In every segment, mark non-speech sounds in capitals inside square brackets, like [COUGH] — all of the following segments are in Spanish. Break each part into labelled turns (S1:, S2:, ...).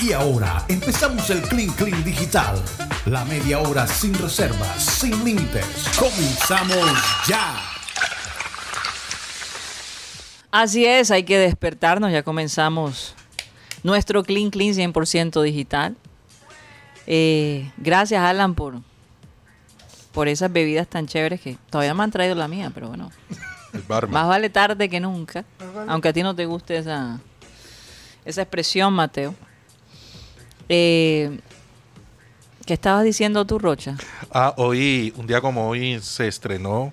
S1: Y ahora empezamos el Clean Clean Digital. La media hora sin reservas, sin límites. Comenzamos ya.
S2: Así es, hay que despertarnos, ya comenzamos nuestro Clean Clean 100% digital. Eh, gracias Alan por, por esas bebidas tan chéveres que todavía me han traído la mía, pero bueno.
S3: El barman.
S2: Más vale tarde que nunca, aunque a ti no te guste esa, esa expresión, Mateo. Eh, ¿Qué estabas diciendo tú, Rocha?
S3: Ah, hoy, un día como hoy, se estrenó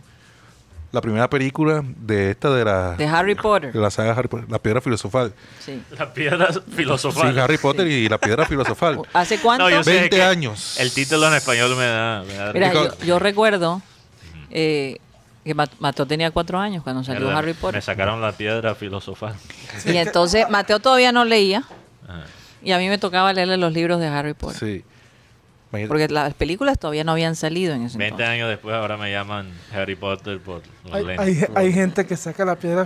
S3: la primera película de esta de la,
S2: De Harry Potter.
S3: de la saga Harry Potter, La Piedra Filosofal.
S2: Sí.
S4: La piedra filosofal.
S3: Sí, Harry Potter y
S2: [LAUGHS]
S3: La Piedra Filosofal.
S2: ¿Hace cuánto?
S4: No, yo sé
S3: 20
S4: que
S3: años.
S4: El título en español me da. me da
S2: Mira,
S4: risa.
S2: yo, yo recuerdo eh, que Mat- Mateo tenía cuatro años cuando salió
S4: Mierda,
S2: Harry
S4: Me
S2: Potter.
S4: sacaron la piedra filosofal.
S2: Y entonces Mateo todavía no leía
S4: Ajá.
S2: y a mí me tocaba leerle los libros de Harry Potter.
S3: Sí. Imagínate.
S2: Porque las películas todavía no habían salido en ese
S4: 20
S2: entonces.
S4: años después ahora me llaman Harry Potter por los
S5: Hay,
S4: lentes.
S5: hay, hay gente que saca la piedra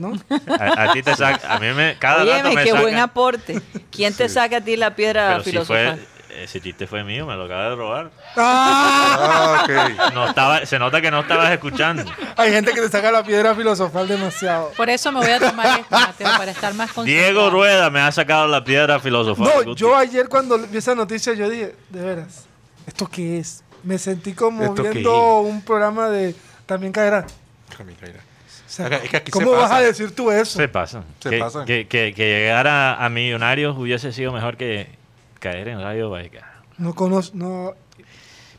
S3: [LAUGHS]
S5: ¿no? [LAUGHS]
S4: A, a ti te saca, a mí me cada rato
S2: Óyeme,
S4: me
S2: qué
S4: sacan.
S2: buen aporte. ¿Quién te saca a ti la piedra
S4: Pero si
S2: filosofal?
S4: fue eh, ese chiste fue mío, me lo acaba de robar.
S3: Ah,
S5: ¡Ah!
S3: ok.
S4: No estaba, se nota que no estabas escuchando.
S5: Hay gente que te saca la piedra filosofal demasiado.
S6: Por eso me voy a tomar esto, Mateo, para estar más concentrado.
S4: [LAUGHS] Diego Rueda me ha sacado la piedra filosofal.
S5: No,
S4: Guti.
S5: yo ayer cuando vi esa noticia yo dije, de veras, ¿esto qué es? Me sentí como
S3: ¿Esto qué
S5: viendo un programa de también caerá. O sea,
S3: Acá- es que aquí se
S5: ¿Cómo vas
S3: pasa.
S5: a decir tú eso?
S4: se pasa.
S3: Se
S4: que,
S3: pasan.
S4: Que, que- que llegar a, a Millonarios hubiese sido mejor que caer en Radio Vallecano.
S5: No conozco, no.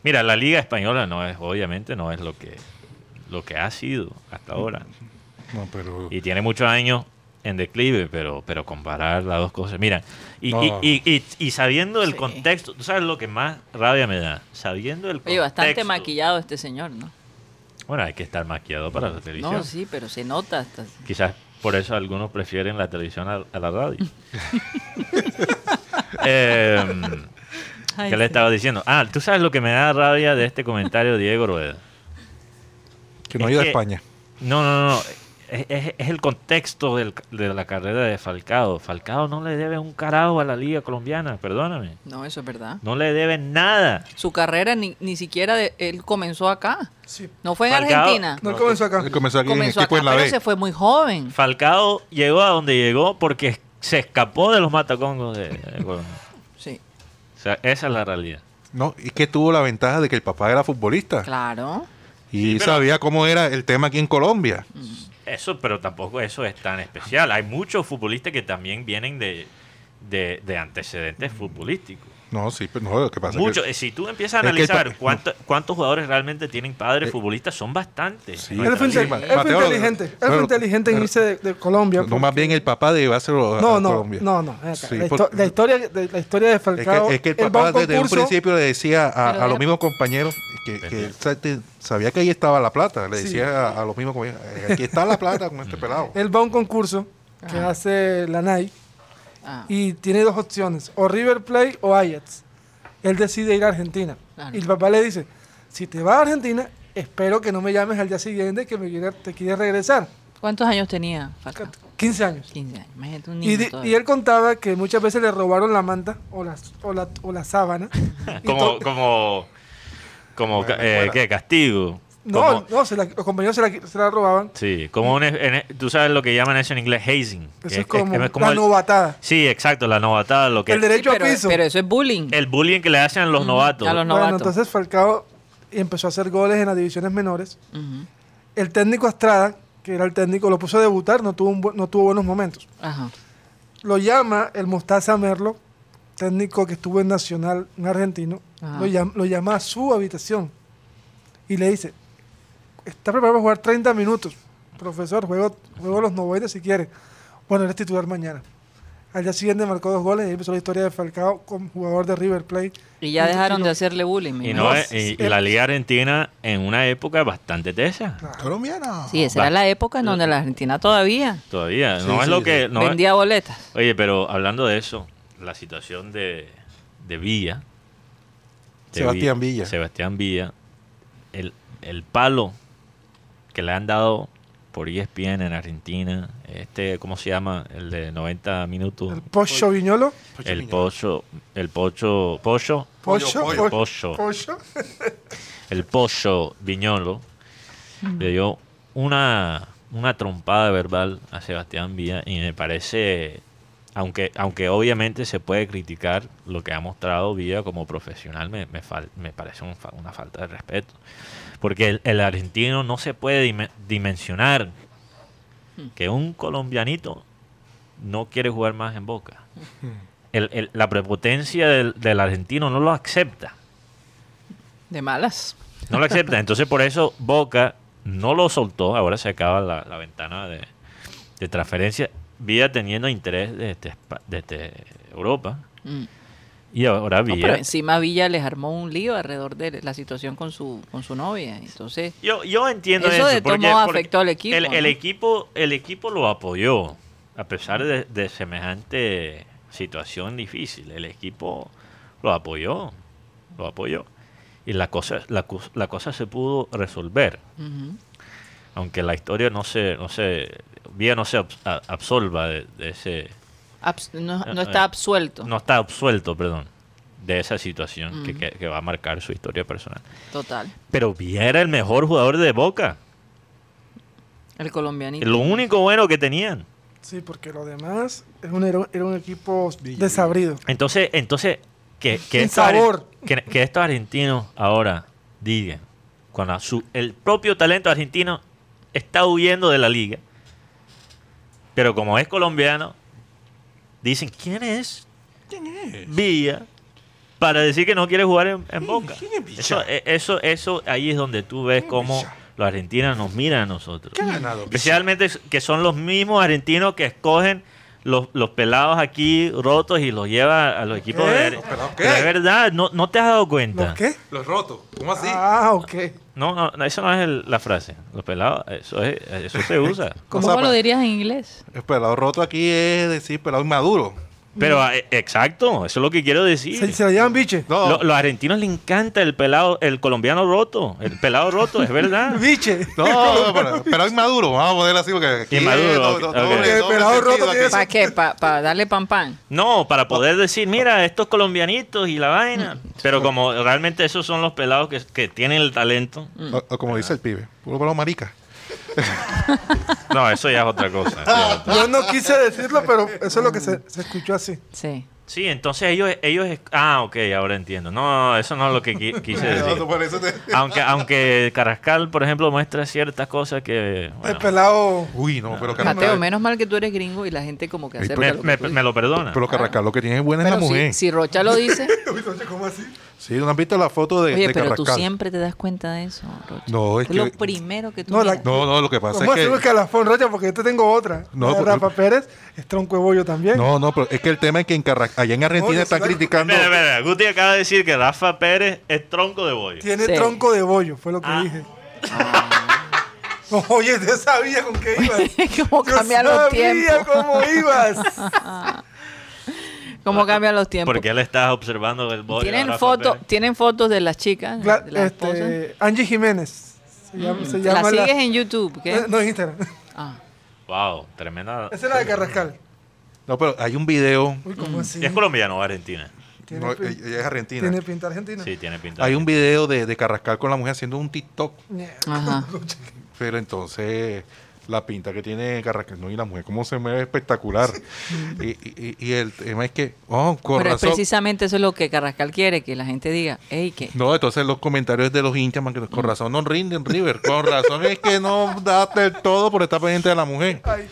S4: Mira, la Liga Española no es, obviamente, no es lo que, lo que ha sido hasta ahora.
S3: No, pero.
S4: Y tiene muchos años en declive, pero, pero comparar las dos cosas. Mira, y,
S3: No.
S4: y, y, y- y sabiendo el
S2: Sí.
S4: contexto, ¿tú sabes lo que más rabia me da? Sabiendo el contexto.
S2: Oye, bastante maquillado este señor, ¿no?
S4: Bueno, hay que estar maquillado para la televisión.
S2: No, sí, pero se nota hasta...
S4: Quizás por eso algunos prefieren la televisión a, a
S2: [LAUGHS]
S4: la radio. Em,
S2: Ay,
S4: ¿Qué le estaba diciendo? Ah, tú sabes lo que me da rabia de este comentario de Diego Rueda.
S3: Que no
S4: Es
S3: ha ido a
S4: que-
S3: España.
S4: No, no, no. Es, es- es el contexto del- de la carrera de Falcao. Falcao no le debe un carajo a la Liga Colombiana, perdóname.
S2: No, eso es verdad.
S4: No le debe nada.
S2: Su carrera ni, ni siquiera de- él comenzó acá.
S5: Sí.
S2: No fue en
S4: Falcao-
S2: Argentina.
S5: No comenzó acá.
S3: Él comenzó aquí en
S2: comenzó
S3: equipo
S2: acá,
S3: en la
S2: pero se
S3: B.
S2: fue muy joven.
S4: Falcao llegó a donde llegó porque se escapó de los matacongos de, [LAUGHS] de Colombia.
S2: Sí,
S4: O sea, esa es la realidad.
S3: No, y que tuvo la ventaja de que el papá era
S5: Ah.
S3: futbolista.
S2: claro.
S3: Y sabía cómo era el tema aquí en Colombia.
S2: Mm.
S4: Eso, pero tampoco eso es tan especial. Hay muchos futbolistas que también vienen de, de- de antecedentes futbolísticos.
S3: No, sí, pero no, lo que pasa es que-
S4: Mucho. Eh, Si tú empiezas a
S3: es que el pa- eh,
S4: analizar cuánto- cuántos jugadores realmente tienen padres futbolistas, son bastantes.
S3: Sí.
S4: en
S5: Él
S4: nuestra
S5: fue,
S3: Sí,
S5: inte-
S4: liga.
S3: Ma-
S5: él fue
S3: Mateo,
S5: inteligente. Él fue
S3: bueno,
S5: inteligente en
S3: pero-
S5: irse de, de Colombia.
S3: No, más bien el papá de llevárselo a,
S5: No,
S3: a
S5: no,
S3: Colombia.
S5: no, no. ven acá.
S3: Sí,
S5: la, histo-
S3: porque-
S5: la historia, de, la historia de
S3: Es que,
S5: Falcao.
S3: es que el
S5: él va a
S3: papá
S5: un
S3: desde un
S5: concurso,
S3: principio le decía a,
S6: Pero
S3: a los
S6: era-
S3: mismos compañeros que, que él sa- te- sabía que ahí estaba la plata. Le
S5: Sí.
S3: decía a, a los mismos compañeros, "Eh, aquí está la plata con este pelado.
S5: Él va a un concurso que hace la NAI
S2: Ah,
S5: y tiene dos opciones: o River Plate o Ajax. Él decide ir a Argentina.
S2: Claro.
S5: Y el papá le dice: Si te vas a Argentina, espero que no me llames al día siguiente que me quiera- te quieres regresar.
S2: ¿Cuántos años tenía Falcao?
S5: 15 años.
S2: 15 años. Imagínate un niño
S5: Y, di-
S2: todavía.
S5: y él contaba que muchas veces le robaron la manta o la, o la, o la sábana. [LAUGHS] Y to-
S4: como como como
S3: Bueno,
S4: eh,
S3: fuera.
S4: ¿qué? castigo
S5: No,
S4: como,
S5: no, se la- los compañeros se la, se la robaban.
S4: sí como un, en- e, tú sabes lo que llaman eso en inglés hazing que
S5: Eso
S4: es-
S5: es como
S4: es- es como
S5: la
S4: el-
S5: novatada.
S4: sí exacto la novatada lo que
S5: El
S4: el,
S5: derecho
S2: Sí, pero,
S5: a piso.
S2: pero eso es bullying.
S4: bullying que le hacen a los novatos
S2: a los
S5: bueno,
S2: novatos.
S5: entonces Falcao empezó a hacer goles en las divisiones menores.
S2: Ujú.
S5: El técnico Estrada, que era el técnico, lo puso a debutar, no tuvo, un bu- no tuvo buenos momentos.
S2: Ajá.
S5: Lo llama el Mostaza Merlo, técnico que estuvo en Nacional, un argentino.
S2: Ajá.
S5: Lo llama, lo llama a su habitación y le dice, está preparado para jugar 30 minutos. Profesor, juego, juego los novoides si quiere. Bueno, eres titular mañana. Al día siguiente marcó dos goles y ahí empezó la historia de Falcao como jugador de River Plate.
S2: Y ya dejaron de hacerle bullying. me
S4: y
S2: imagino.
S4: no es- y, y la liga argentina en una época bastante tesa
S3: Ah. Colombiano.
S2: Sí, esa era la época en donde la Argentina todavía
S4: todavía
S3: Sí,
S4: no es
S3: sí,
S4: lo
S3: sí.
S4: que no es-
S2: vendía boletas.
S4: oye pero hablando de eso la situación de de Villa de
S3: Sebastián Villa.
S4: Sebastián Villa el el palo que le han dado por E ESPN en Argentina. Este, ¿cómo se llama? El de 90 minutos.
S5: El Pocho Viñolo.
S4: El pocho, el pocho, pollo,
S5: Pocho,
S3: Pollo,
S5: po-
S4: pollo.
S5: Pocho.
S4: el pollo Viñolo le dio una, una trompada verbal a Sebastián Villa y me parece, aunque, aunque obviamente se puede criticar lo que ha mostrado Villa como profesional, me, me, fal- me parece un fa- una falta de respeto. Porque el, el argentino no se puede dime- dimensionar que un colombianito no quiere jugar más en Boca. El- el- la prepotencia del, del argentino no lo acepta.
S2: De malas.
S4: No lo acepta. Entonces, por eso Boca no lo soltó. Ahora se acaba la, la ventana de, de transferencia. Vía teniendo interés desde, Espa- desde Europa.
S2: Mm.
S4: Y ahora
S2: No,
S4: Villa.
S2: pero encima Villa les armó un lío alrededor de la situación con su, con su novia. Entonces,
S4: yo, yo entiendo
S2: Eso
S4: eso.
S2: de todo modo afectó al equipo,
S4: El, el
S2: ¿no?
S4: equipo. El equipo lo apoyó. A pesar de, de semejante situación difícil. El equipo lo apoyó. Lo apoyó. Y la cosa, la, cos- la cosa se pudo resolver.
S2: ujú.
S4: aunque la historia no se, no se, Vía no se abs- a- absolva de, de ese,
S2: Abs- no, no
S4: Eh,
S2: está
S4: eh.
S2: absuelto.
S4: no está absuelto, perdón, de esa situación que, que- que va a marcar su historia personal.
S2: Total.
S4: Pero Vía era el mejor jugador de Boca,
S2: El colombianito.
S4: lo único bueno que tenían.
S5: Sí, porque lo demás es un, era, era un equipo desabrido.
S4: Entonces, entonces que, que
S5: Sin
S4: estos are-
S5: sabor.
S4: que, que estos argentinos ahora digan, cuando a su, el propio talento argentino está huyendo de la liga, pero como es colombiano, dicen, ¿quién es? Villa para decir que no quiere jugar en, en Boca.
S3: ¿quién es Villa?
S4: Eso, eh, eso, eso ahí es donde tú ves
S3: es
S4: cómo
S3: Villa?
S4: los argentinos nos miran a nosotros.
S3: ¿Qué ha ganado?
S4: Especialmente s- que son los mismos argentinos que escogen los, los pelados aquí rotos y los lleva a los equipos
S5: ¿Qué?
S4: de...
S5: ¿Los
S3: pelados qué?
S4: Pero es verdad, no, no te has dado cuenta.
S5: ¿Los qué?
S3: Los rotos. ¿Cómo así?
S5: Ah, ok.
S4: No, no, no, eso no es el- la frase. Los pelados, eso, es, eso se usa.
S6: ¿Cómo
S3: O sea,
S6: lo
S5: pues,
S3: pa-
S6: dirías en inglés?
S3: El pelado roto aquí es decir pelado inmaduro.
S4: Pero ah, eh, exacto, eso es lo que quiero decir.
S5: Se, se la llevan
S3: [LAUGHS]
S5: biche.
S3: No,
S4: Lo- los argentinos le encanta el pelado, el colombiano roto, el pelado roto, es verdad.
S5: [LAUGHS] Biche.
S4: [LAUGHS]
S3: no, no, pero- pelado inmaduro. Vamos a ponerlo así porque aquí
S4: Inmaduro,
S3: es do-
S4: ok,
S3: do-
S4: ok.
S3: doble-
S5: El
S3: doble
S5: pelado
S3: sentido
S5: roto
S3: aquí.
S5: tiene
S2: ¿Para qué? ¿Para darle pan pan?
S4: No, para poder decir, mira, estos colombianitos y la vaina. Pero como realmente esos son los pelados que, que tienen el talento.
S3: O, o como dice el pibe, puro pelado marica.
S4: No, eso ya es otra cosa.
S5: Yo no quise decirlo, pero eso es lo que se, se escuchó así.
S2: Sí.
S4: Sí, entonces ellos, ellos, es- ah, ok, ahora entiendo. No, eso no es lo que
S5: [LAUGHS]
S4: qui- quise decir.
S3: Por eso te-
S4: Aunque, aunque Carrascal, por ejemplo, muestra ciertas cosas que bueno,
S5: El pelado.
S3: Uy, no, pero Carrascal.
S2: Mateo, menos mal que tú eres gringo y la gente como que
S3: Ey,
S2: acepta
S4: me,
S2: lo que
S4: pues, me-
S2: tú dices.
S4: me lo perdona.
S3: Pero Carrascal lo que tiene es buena es
S2: Pero
S3: la
S2: si,
S3: mujer. Sí,
S2: si Rocha lo dice,
S5: ¿Cómo así?
S3: ¿no han visto la foto de,
S2: oye,
S3: de
S2: pero
S3: Carrascal?
S2: tú siempre te das cuenta de eso, Rocha.
S3: No, es
S2: lo
S3: que-
S2: primero que tú
S5: No, la-
S2: miras.
S3: No, no, lo que pasa
S5: Vamos a hacer un
S3: es que...
S5: calafón, Rocha, porque yo te tengo otra.
S3: No,
S5: La de
S3: por-
S5: Rafa Pérez es tronco de bollo también.
S3: No, no, pero es que el tema es que en Carra- allá en Argentina
S5: yo
S3: están
S5: sí la-
S3: criticando...
S4: Espera, espera, Guti acaba de decir que Rafa Pérez es tronco de bollo.
S5: Tiene
S2: Sí.
S5: tronco de bollo, fue lo que
S4: Ah.
S5: dije. [LAUGHS] No, Oye, yo sabía con qué ibas.
S2: [LAUGHS] [LAUGHS] ¿Cómo
S5: Yo
S2: cambian los
S5: sabía
S2: tiempos?
S5: cómo ibas.
S2: [LAUGHS] ¿Cómo cambian los tiempos?
S4: Porque él está observando el bollo. a
S2: ¿Tienen,
S4: Rafa
S2: foto,
S4: Pérez?
S2: Tienen fotos de las chicas,
S5: Cla-
S2: de las esposas.
S5: este, Angie Jiménez. Se llama, se
S2: ¿La
S5: llama la-
S2: sigues en YouTube? ¿qué?
S5: Eh, No, en Instagram.
S2: Ah.
S4: Wow, tremenda.
S5: Esa es la de Carrascal.
S3: No, pero hay un video...
S5: Uy, ¿cómo así?
S4: ¿Y es colombiano o argentina?
S5: Tiene,
S3: no,
S5: pin-
S3: ella ella es argentina.
S5: tiene pinta argentina.
S4: Sí, tiene pinta.
S3: Hay un video de, de Carrascal con la mujer haciendo un TikTok.
S2: Ajá.
S3: Pero entonces la pinta que tiene Carrascal no, y la mujer cómo se mueve espectacular. y, y- y el tema es que, oh, con
S2: Pero es
S3: razón.
S2: precisamente eso es lo que Carrascal quiere, que la gente diga, hey, que
S3: No, entonces los comentarios de los hinchas, man, que con razón no rinden River, con razón es que no da del todo por estar pendiente de la mujer.
S5: Ay,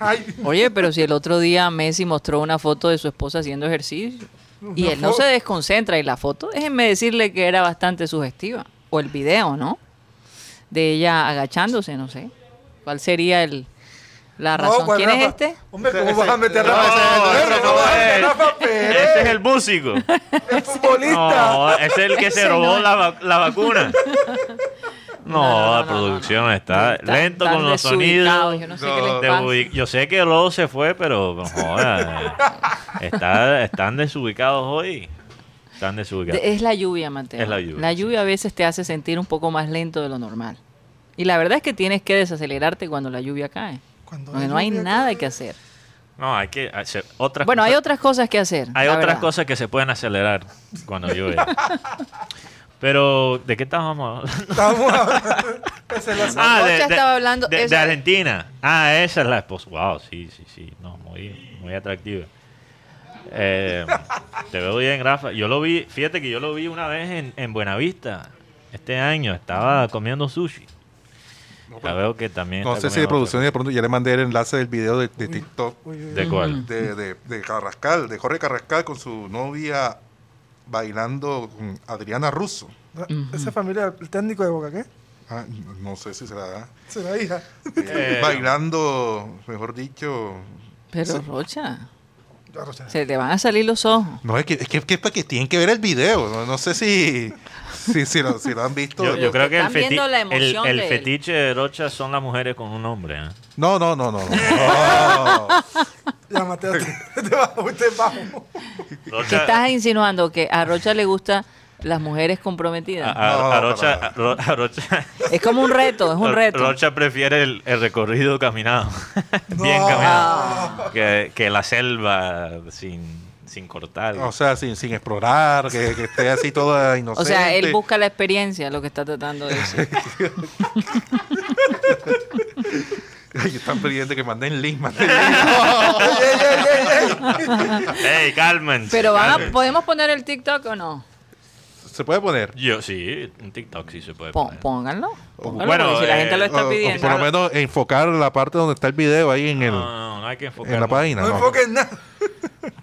S5: ay.
S2: Oye, pero si el otro día Messi mostró una foto de su esposa haciendo ejercicio y
S5: Una
S2: él no
S5: foto.
S2: se desconcentra y la foto, déjenme decirle que era bastante sugestiva. O el video, ¿no? De ella agachándose, no sé. ¿Cuál sería el, la
S5: No,
S2: razón?
S5: ¿cuál
S2: ¿Quién es
S5: Rafa?
S2: este?
S5: Hombre, ¿cómo vas a meter a Rafa?
S4: No,
S5: Pérez?
S4: ese
S5: ¿Cómo vas a meter
S4: no
S5: a
S4: es.
S5: Rafa Pérez?
S4: Ese es el músico.
S5: [LAUGHS] Es futbolista.
S4: No, es el
S2: [LAUGHS]
S4: que se
S2: Ese
S4: robó
S2: no es.
S4: la, vac- la
S2: [LAUGHS]
S4: vacuna. No,
S2: no, no,
S4: la
S2: no,
S4: producción está
S2: Tan-
S4: lento
S2: tan
S4: con los
S2: desubicados,
S4: sonidos.
S2: Yo no sé qué les
S4: De
S2: pasa.
S4: ubic- Yo sé que Rodo se fue,
S2: [LAUGHS]
S4: pero no joda. eh. Está- están desubicados hoy. Están desubicados.
S2: De- Es la lluvia, Mateo.
S4: Es la lluvia,
S2: a veces te hace sentir un poco más lento de lo normal. Y la verdad es que tienes que desacelerarte cuando la lluvia cae.
S5: Cuando
S2: Porque
S5: la
S2: no hay
S5: lluvia
S2: nada
S5: cae.
S2: que hacer.
S4: No, hay que hacer otras
S2: Bueno, hay
S4: cosas.
S2: otras cosas que hacer.
S4: Hay
S2: la
S4: otras
S2: verdad.
S4: cosas que se pueden acelerar cuando
S2: [LAUGHS]
S4: llueve. Pero, ¿de qué estábamos hablando?
S5: Estábamos hablando- [LAUGHS] Esa es la
S2: Ah, Rocha estaba hablando-
S4: de-
S2: esa-
S4: de Argentina. Ah, esa es la esposa. Wow, sí, sí, sí. No, muy, muy atractiva. Eh, te veo bien, Rafa. Yo lo vi, fíjate que yo lo vi una vez en, en Buenavista este año. Estaba comiendo sushi. Ya veo que también.
S3: No
S4: está
S3: sé si de
S4: comiendo
S3: producción de pronto ya le mandé el enlace del video de, de TikTok
S5: Uy, uy, uy.
S4: ¿De
S2: Mm.
S4: cuál?
S3: de, de- de Carrascal, de Jorge Carrascal con su novia bailando con Adriana Russo.
S5: Esa familia, el técnico de Boca, ¿qué?
S3: Ah, no sé si será.
S4: [LAUGHS]
S3: ¿eh?
S5: Será hija.
S4: Eh,
S3: Bailando, mejor dicho.
S2: Pero Rocha,
S5: Ya, Rocha.
S2: se te van a salir los ojos.
S3: No, es que, es que, es que, para que tienen que ver el video. No, no sé si, si, si lo, si lo han visto.
S4: Yo, yo creo que el,
S2: Están viendo
S4: feti-
S2: la
S4: el-
S2: emoción
S4: el
S2: de él.
S4: fetiche de Rocha son las mujeres con un hombre. ¿eh?
S3: No, no, no, no. no.
S5: Ya, Mateo, [LAUGHS] te, te bajo, te bajo.
S2: ¿Qué
S4: Rocha-
S2: estás insinuando? Que a Rocha le gustan las mujeres
S4: a-
S2: comprometidas.
S4: a-
S3: No,
S4: a Rocha-
S3: para nada.
S4: a Ro- a Rocha-
S2: Es como un reto, es un
S4: Ro-
S2: reto.
S4: Rocha prefiere el, el recorrido caminado, [LAUGHS] bien caminado, que, que la selva sin, sin cortar.
S3: O sea, sin, sin explorar, que, que esté así toda
S2: o
S3: inocente.
S2: sea, él busca la experiencia, lo que está tratando de decir.
S3: [LAUGHS]
S4: [LAUGHS]
S3: Ay, están pidiendo que manden link,
S5: [LAUGHS]
S3: manden link.
S4: ¡Ey, cálmense!
S2: Pero van a-
S4: cálmense.
S2: ¿podemos poner el TikTok o no?
S3: ¿Se puede poner?
S4: Yo sí, un TikTok sí se puede
S2: Pon-
S4: poner.
S2: pónganlo. pónganlo,
S4: Bueno,
S2: porque si la
S4: eh,
S2: gente lo
S3: O-
S2: está
S3: o
S2: pidiendo.
S3: por lo menos enfocar la parte donde está el video ahí en, el,
S4: No, no, no hay que enfocar.
S3: en la
S4: mucho.
S3: página.
S5: No
S3: ¿no?
S5: enfoques nada.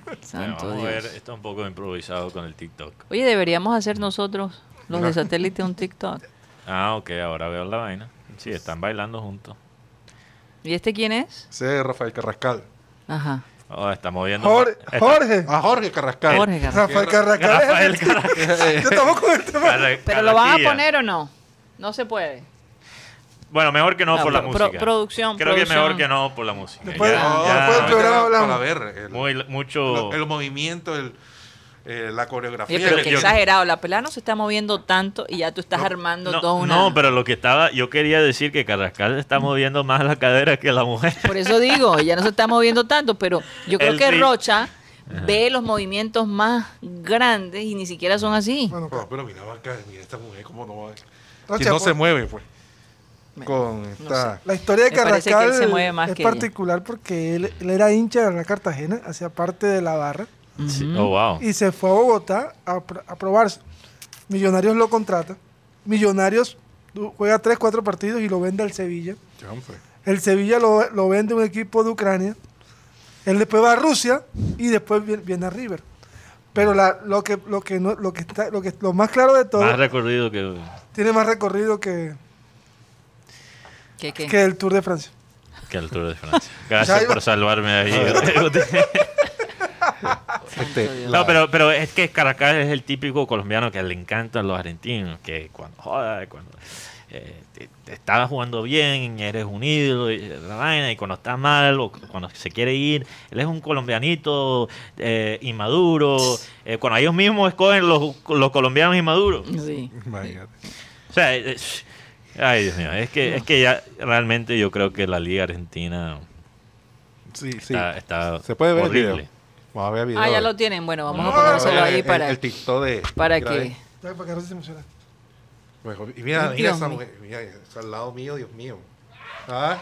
S4: Bueno,
S2: Santo
S4: vamos a ver,
S2: Dios.
S4: está un poco improvisado con el TikTok.
S2: Oye, deberíamos hacer nosotros, los de satélite, un TikTok.
S4: Ah, ok, ahora veo la vaina. Sí, están bailando juntos.
S2: ¿Y este quién es?
S3: Ese es Rafael Carrascal.
S2: Ajá.
S4: Oh, está moviendo.
S5: Jorge,
S4: está-
S5: Jorge.
S3: Ah, Jorge Carrascal. [LAUGHS] Eh,
S2: Jorge García.
S5: Rafael Carrascal.
S4: Este. [LAUGHS] Rafael Carrascal.
S5: Yo estamos con el tema.
S4: Carra-
S2: ¿Pero lo van
S4: Carraquilla.
S2: a poner o no? No se puede.
S4: Bueno, mejor que no
S2: No,
S4: por la
S2: pro-
S4: música.
S2: producción,
S4: Creo que
S2: producción.
S4: mejor que no por la música.
S5: Después-
S4: Ya-
S5: No,
S4: ya-
S5: después del programa
S3: para-
S5: hablamos.
S3: Para ver el,
S4: muy, mucho.
S3: lo- el movimiento, el, eh, la coreografía.
S2: Oye, pero
S4: yo-
S2: qué
S4: yo-
S2: exagerado. La pelada no se está moviendo tanto y ya tú estás armando
S4: no,
S2: todo una...
S4: no, pero lo que estaba. Yo quería decir que Carrascal está moviendo más la cadera que la mujer.
S2: Por eso digo, ella no se está moviendo tanto, pero yo creo
S4: El
S2: que
S4: rit-
S2: Rocha ve los movimientos más grandes y ni siquiera son así.
S5: Bueno,
S3: No, pero mira, acá, mira esta mujer cómo no va.
S5: Rocha,
S3: Que no
S5: pon-
S3: se mueve, pues.
S2: Bueno,
S3: Con esta.
S5: La historia de
S2: Me parece que
S5: Carrascal
S2: él se mueve más
S5: es
S2: que ella.
S5: particular porque él, él era hincha de la Cartagena, hacía parte de la barra,
S4: Sí,
S2: Mm.
S4: Oh, wow.
S5: y se fue a Bogotá a, pr- a probarse. Millonarios lo contrata. Millonarios du- juega 3, 4 partidos y lo vende al Sevilla.
S3: Ya, hombre.
S5: El Sevilla lo, lo vende a un equipo de Ucrania. Él después va a Rusia y después vi- viene, a River. Pero la- lo que lo que no- lo que está lo que lo más claro de todo
S4: Más recorrido que.
S5: tiene más recorrido que,
S2: ¿Qué, qué?
S5: que el Tour de Francia.
S4: que el Tour de Francia. Gracias
S5: Ya iba-
S4: por salvarme ahí.
S3: Este, la-
S4: no, pero, pero es que Carrascal es el típico colombiano que le encantan los argentinos. Que cuando joda, cuando. eh, te- te Estás jugando bien, eres un ídolo, y la vaina, y cuando está mal o cuando se quiere ir, él es un colombianito eh, inmaduro. eh, cuando ellos mismos escogen los, los colombianos inmaduros.
S2: Sí.
S3: Imagínate.
S4: O sea, eh, eh, ay Dios mío, es que, es que ya realmente yo creo que la Liga Argentina
S3: Sí, sí.
S4: está, está
S3: Se puede ver el
S4: horrible.
S3: video. Vamos a ver el video.
S2: Ah,
S6: oh.
S2: ya lo tienen. Bueno, vamos
S4: No,
S2: a ponérselo
S3: El-
S2: ahí
S3: el-
S2: para,
S3: El TikTok de.
S2: para
S3: mira,
S2: que...
S5: Ay, para que Rosy se emociona.
S3: Mejor- Pues, Y mira, mira
S2: Dios
S3: esa
S2: mío.
S3: mujer. Mira, está al lado mío, Dios mío. Ah,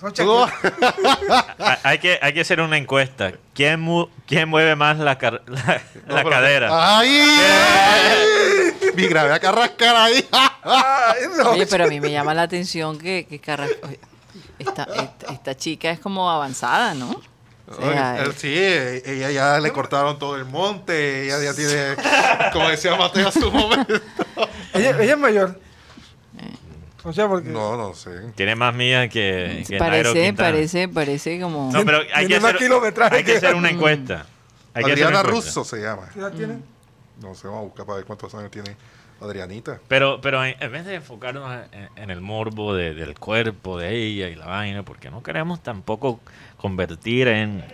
S5: Rocha,
S3: tú-
S4: Ha- Hay que, hay que hacer una encuesta. ¿Quién, mu- quién mueve más la, car- [LAUGHS] la,
S3: No,
S4: la
S3: pero- ah.
S4: cadera?
S3: [LAUGHS] ¡Ay! Mi grave a carrascar ahí.
S5: Ay, no.
S2: Oye, pero a mí me llama la atención que, que Carras- oye, esta, esta, esta chica es como avanzada, ¿no? O sea,
S3: Oye, él-
S2: eh,
S3: sí, eh, ella ya le cortaron todo el monte. Ella ya tiene, [LAUGHS] como decía Mateo hace un momento.
S5: Ella, ella es mayor.
S2: Eh.
S5: O sea, porque.
S3: No, no sé.
S4: Tiene más mía que, que Nairo
S2: parece,
S4: Quintana.
S2: parece, parece como...
S4: No, pero hay
S5: Tiene
S4: que,
S5: más
S4: hacer,
S5: kilometraje
S4: hay que
S5: que-
S4: hacer una encuesta. Hay que hacer una
S3: Adriana
S4: encuesta.
S3: Russo se llama.
S5: ¿Qué edad tiene?
S3: No sé, vamos a buscar para ver cuántos años tiene Adrianita.
S4: Pero, pero en, en vez de enfocarnos en, en el morbo de- del cuerpo de ella y la vaina, porque no queremos tampoco convertir en,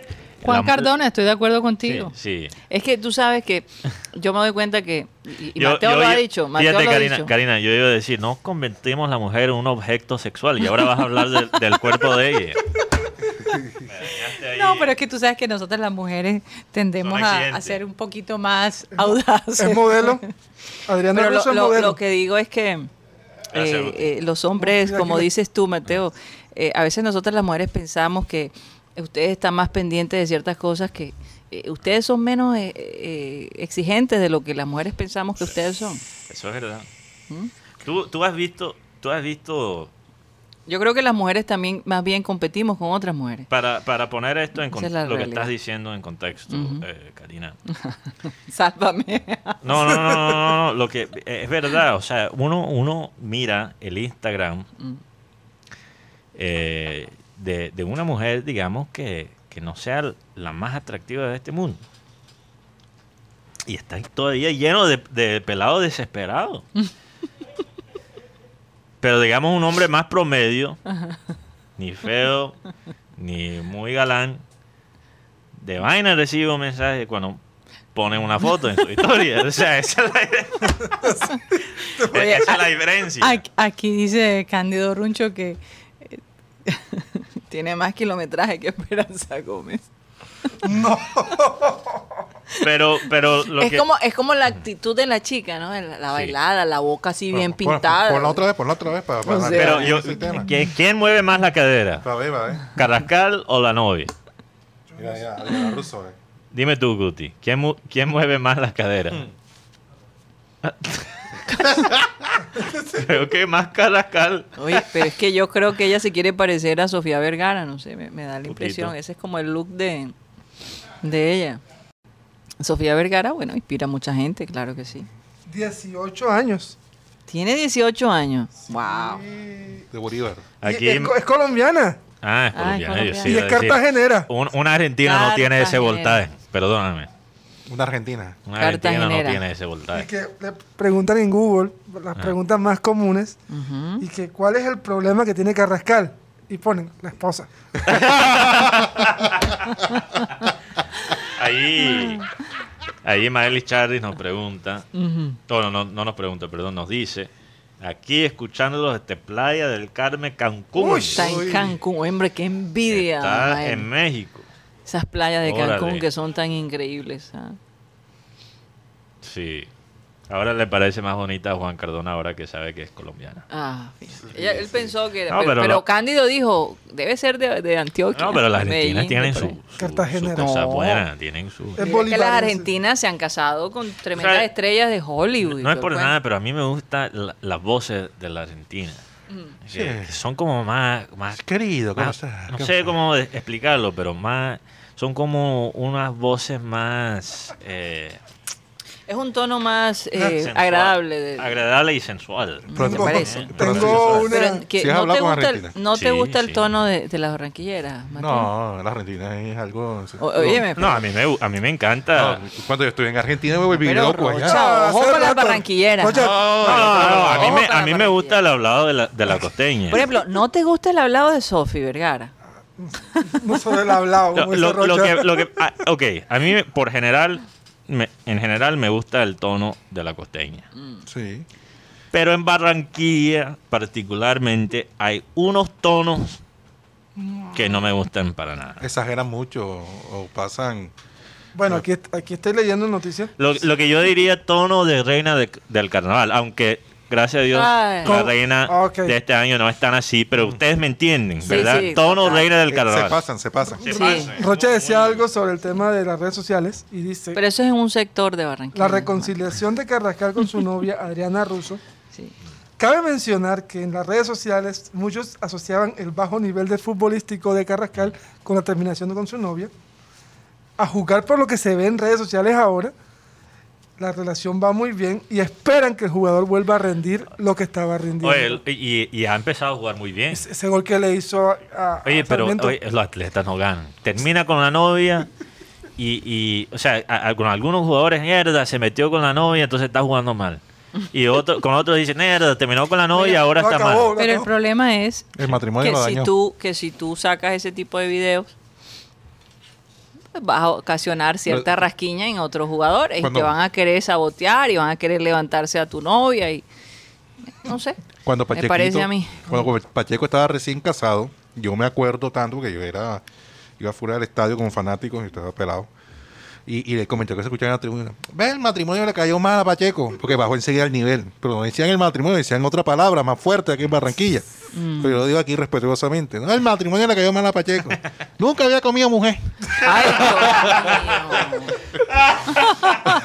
S6: Juan
S4: am-
S6: Cardona, estoy de acuerdo contigo.
S4: Sí, sí.
S2: Es que tú sabes que yo me doy cuenta que. Y, y
S4: Yo-
S2: Mateo
S4: yo-
S2: lo ha
S4: yo-
S2: dicho. Mateo
S4: fíjate,
S2: lo ha
S4: Karina,
S2: dicho.
S4: Karina, yo iba a decir, no convertimos a la mujer en un objeto sexual y ahora vas a hablar del- del cuerpo
S2: [LAUGHS]
S4: de ella. Me dañaste ahí.
S6: No, pero es que tú sabes que nosotras las mujeres tendemos
S4: Son
S6: a, a
S4: accidentes.
S6: ser un poquito más audaces.
S5: Es modelo. Adriana
S2: [LAUGHS] Pero
S5: Russo
S2: lo,
S5: es
S2: lo-
S5: modelo.
S2: lo que digo es que
S4: Gracias,
S2: eh,
S4: Ruth.
S2: eh, los hombres,
S5: Mira,
S2: como
S5: aquí me-
S2: dices tú, Mateo, eh, a veces nosotras las mujeres pensamos que ustedes están más pendientes de ciertas cosas que eh, ustedes son menos eh, eh, exigentes de lo que las mujeres pensamos que ustedes son.
S4: Eso es verdad.
S2: ¿Mm?
S4: ¿Tú, tú has visto, tú has visto
S2: Yo creo que las mujeres también más bien competimos con otras mujeres.
S4: para, para poner esto en
S2: Esa
S4: con-
S2: es la
S4: lo que
S2: realidad.
S4: estás diciendo en contexto,
S2: Ujú.
S4: eh, Karina.
S2: Sálvame.
S4: No, no, no, no, no, no, lo que eh, es verdad, o sea, uno, uno mira el Instagram eh, de, de una mujer, digamos, que, que no sea la más atractiva de este mundo. Y está todavía lleno de, de pelados
S2: [LAUGHS]
S4: desesperados. Pero digamos un hombre más promedio, ni feo, ni muy galán, de vaina recibe un mensaje cuando ponen una foto en su historia. O sea, esa es la, [LAUGHS]
S6: Oye,
S4: esa es la
S6: a-
S4: diferencia.
S6: Aquí, aquí dice Cándido Runcho que
S2: eh, [LAUGHS] Tiene más kilometraje que Esperanza Gómez.
S4: Pero, pero lo
S2: Es
S4: que...
S2: como, es como la actitud de la chica, ¿no? La, la bailada, la boca así bien
S3: Pon- pon-
S2: pintada.
S3: Ponla otra vez, ponla otra vez para, para
S2: O sea,
S3: arrancar
S4: Pero
S3: bien
S4: yo,
S3: ese tema.
S4: ¿quién, quién mueve más la cadera?
S3: Otra vez, va, eh.
S4: ¿Carrascal o la novia?
S3: Mira, mira, Adriana Russo, eh.
S4: Dime tú, Guti, ¿quién, mu- quién mueve más la cadera? [LAUGHS] Creo que más Carrascal.
S2: Oye, pero es que yo creo que ella se quiere parecer a Sofía Vergara, no sé, me, me da la impresión.
S4: Poquito.
S2: Ese es como el look de, de ella. Sofía Vergara, bueno, inspira a mucha gente, claro que sí.
S5: 18 años.
S2: Tiene 18 años. ¡Wow!
S3: De Bolívar.
S5: Y
S4: Aquí...
S5: es, co- es colombiana.
S4: Ah, es
S2: Ah, es
S4: colombiana. yo sí
S5: y
S4: iba
S5: es
S4: a decir.
S5: cartagenera.
S4: Un, un argentino no tiene ese
S2: Cartagenera.
S4: voltaje. Perdóname.
S3: Una argentina.
S4: Un argentino no
S2: Cartagenera.
S4: tiene ese
S5: Y
S4: voltaje.
S5: que le preguntan en Google,
S4: Ah.
S5: las preguntas más comunes,
S2: Ujú.
S5: y que cuál es el problema que tiene Carrascal. Y ponen la esposa.
S4: Ahí, ahí Maelis Charly nos pregunta, no, no, no, no nos pregunta, perdón, nos dice, aquí escuchándolos desde Playa del Carmen, Cancún.
S5: Uy,
S2: Está en Cancún, hombre, qué envidia.
S4: Está
S2: Mael.
S4: en México.
S2: Esas playas de Cancún
S4: Órale.
S2: que son tan increíbles. ¿ah?
S4: Sí. Ahora le parece más bonita a Juan Cardona ahora que sabe que es colombiana.
S2: Ah, fíjate. Ella- él pensó que era.
S4: No,
S2: pero,
S4: pero
S2: pero
S4: lo-
S2: Cándido dijo, debe ser de, de Antioquia.
S4: No, pero las
S2: Medellín,
S4: argentinas tienen
S2: por ahí.
S4: su, su,
S5: Cartagena.
S4: su cosa
S2: No.
S4: buena, tienen su...
S5: Es
S2: Mira que las
S5: bolivarense.
S2: argentinas se han casado con tremendas
S4: O sea,
S2: estrellas de Hollywood. pues,
S4: No es
S2: ¿te
S4: por
S2: das
S4: nada, pero a mí me gustan la- las voces de la Argentina. Que-
S3: Sí.
S4: que son como más, más
S3: Querido, ¿cómo
S4: Más-
S3: estás?
S4: No
S3: ¿Cómo
S4: sé
S3: estás?
S4: cómo de- explicarlo, pero más son como unas voces más eh,
S2: cuenta? Es un tono más eh,
S4: sensual-
S2: agradable. de-
S4: agradable y sensual.
S3: Pero
S2: ¿Te
S3: tú-
S2: parece?
S3: pero tú-
S5: Tengo una.
S2: Pero en- que
S3: Sí, has
S2: no
S3: hablado
S2: te
S3: con
S2: gusta, el,
S3: argentinas.
S2: no te
S4: Sí,
S2: gusta el
S4: sí.
S2: tono de, de las barranquilleras, Mateo.
S3: No, la Argentina es algo.
S2: O- óyeme,
S4: No, a mí me, gu- a mí me encanta.
S3: No, cuando yo estuve en Argentina me volví
S2: Pero
S3: loco
S2: Rocha,
S3: allá.
S2: ojo
S5: hace
S2: con las
S5: rato.
S2: barranquilleras.
S5: Oye,
S4: No, no, no, a mí me,
S2: para
S4: a mí
S2: la
S4: me gusta
S2: barranquilla.
S4: el hablado de la, de la costeña.
S2: Por ejemplo, ¿no te gusta el hablado de Sofi Vergara?
S5: no solo el
S4: [LAUGHS]
S5: hablado.
S4: Lo,
S5: como dice
S4: lo- lo
S5: Rocha.
S4: que, lo que- ah, ok, a mí me- por general, me- en general me gusta el tono de la costeña.
S3: Sí.
S4: Pero en Barranquilla, particularmente, hay unos tonos que no me gustan para nada.
S3: Exageran mucho o o pasan.
S5: Bueno, aquí, aquí estoy leyendo noticias.
S4: Lo, lo que yo diría tono de reina de- del carnaval, aunque gracias a Dios
S2: Ay.
S4: la reina
S5: Ah, ok. Mm.
S4: de este año no es tan así, pero ustedes me entienden,
S2: Sí,
S4: ¿verdad?
S2: sí,
S4: tono
S2: total.
S4: reina del
S3: eh, se
S4: carnaval.
S3: pasan, se pasan.
S4: Se
S2: Sí.
S4: pasan.
S5: Rocha decía algo sobre el tema de las redes sociales y dice
S2: Pero eso es en un sector de
S5: la
S2: Barranquilla.
S5: reconciliación de Carrascal con su novia Adriana Russo.
S2: Sí.
S5: Cabe mencionar que en las redes sociales muchos asociaban el bajo nivel de futbolístico de Carrascal con la terminación con su novia. A jugar por lo que se ve en redes sociales ahora, la relación va muy bien y esperan que el jugador vuelva a rendir lo que estaba rindiendo.
S4: Oye, y, y ha empezado a jugar muy bien.
S5: Ese ese gol que le hizo a, a-
S4: Oye,
S5: a
S4: pero
S5: Sarmiento.
S4: oye, los atletas no ganan. Termina con la novia y, y, o sea, a- a- con algunos jugadores, mierda, se metió con la novia, entonces está jugando mal. Y otro, con otros dicen, mierda, terminó con la novia y ahora
S5: lo
S4: está
S5: acabó,
S4: mal.
S5: lo
S6: Pero el
S5: acabó.
S6: problema es
S3: El matrimonio
S2: Que
S3: lo
S2: si,
S3: dañó.
S2: tú, que si tú sacas ese tipo de videos, pues vas a ocasionar cierta
S3: Pero-
S2: rasquiña en otros jugadores
S3: Cuando-
S2: y te van a querer sabotear y van a querer levantarse a tu novia y no sé.
S3: Cuando
S2: Me
S3: Pacheco,
S2: parece a mí.
S3: Cuando Pacheco estaba recién casado, yo me acuerdo tanto que yo era, iba fuera del estadio con fanáticos y estaba pelado. Y, y el comentario que se escuchaba en la tribuna, ve, el matrimonio le cayó mal a Pacheco, porque bajó enseguida el nivel. Pero no decían el matrimonio, decían otra palabra más fuerte aquí en Barranquilla.
S2: Mm.
S3: Pero yo lo digo aquí respetuosamente, no, el matrimonio le cayó mal a Pacheco. [LAUGHS] Nunca había comido mujer.
S2: Ay, Dios mío.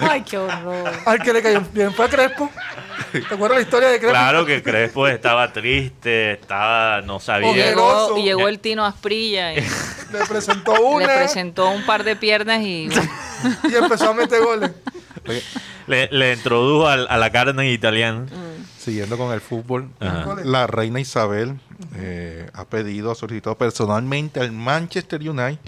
S6: Ay, qué horror.
S5: Al que le cayó bien fue a Crespo. ¿Te acuerdas la historia de Crespo?
S4: Claro que Crespo estaba triste, estaba, no
S2: Y
S4: sabía.
S5: Ojeroso.
S2: llegó, y llegó el Tino Asprilla y
S5: Le presentó una
S2: le presentó un par de piernas y
S3: [LAUGHS]
S2: bueno,
S5: y empezó a meter goles.
S4: Le, le introdujo al- a, la carne italiana.
S3: Siguiendo con el fútbol,
S4: Ajá.
S3: la reina Isabel eh, ha pedido, ha solicitado personalmente al Manchester United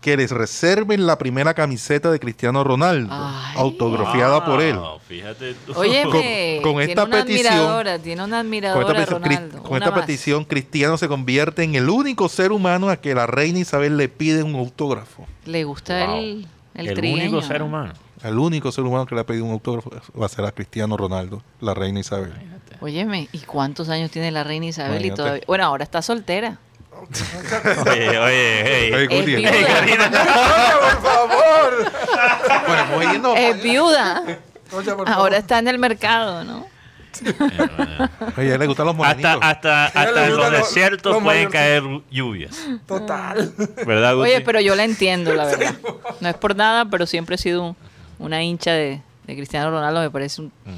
S3: que les reserven la primera camiseta de Cristiano Ronaldo,
S2: Ay.
S3: autografiada por él.
S4: Wow, Fíjate tú.
S2: Óyeme,
S3: Con- con
S2: tiene
S3: esta
S2: una
S3: petición-
S2: admiradora, tiene una
S3: Con esta,
S2: admiradora
S3: petición, Cris-
S2: Ronaldo.
S3: con
S2: una
S3: esta
S2: más.
S3: petición, Cristiano se convierte en el único ser humano a que la reina Isabel le pide un autógrafo.
S2: Le gusta
S4: Wow.
S2: el, el,
S4: el
S2: trigueño,
S4: único ser
S2: ¿no? [LAUGHS]
S4: humano.
S3: El único ser humano que le ha pedido un autógrafo va a ser a Cristiano Ronaldo, la reina Isabel.
S2: Óyeme, ¿y cuántos años tiene la reina Isabel y
S3: Imagínate.
S2: todavía? Bueno, ahora está soltera.
S4: Oye, oye,
S3: Oye,
S4: hey.
S3: ¿cómo
S2: Es
S3: tiene?
S2: viuda.
S5: ¡Oye, por favor!
S3: Bueno, voy yendo-
S2: Es viuda.
S5: Oye, por favor.
S2: Ahora está en el mercado, ¿no?
S4: [LAUGHS] Eh,
S3: Oye, a ella le gustan los
S4: Hasta,
S3: morenitos.
S4: hasta, hasta en
S5: gusta
S4: los
S5: lo-
S4: desiertos
S5: lo
S4: pueden
S5: mayor-
S4: caer lluvias.
S5: Total.
S4: ¿Verdad, Guti?
S2: Oye, pero yo la entiendo,
S3: [LAUGHS]
S2: la verdad. No es por nada, pero siempre he sido un- una hincha de, de Cristiano Ronaldo. Me parece un-
S3: Mm.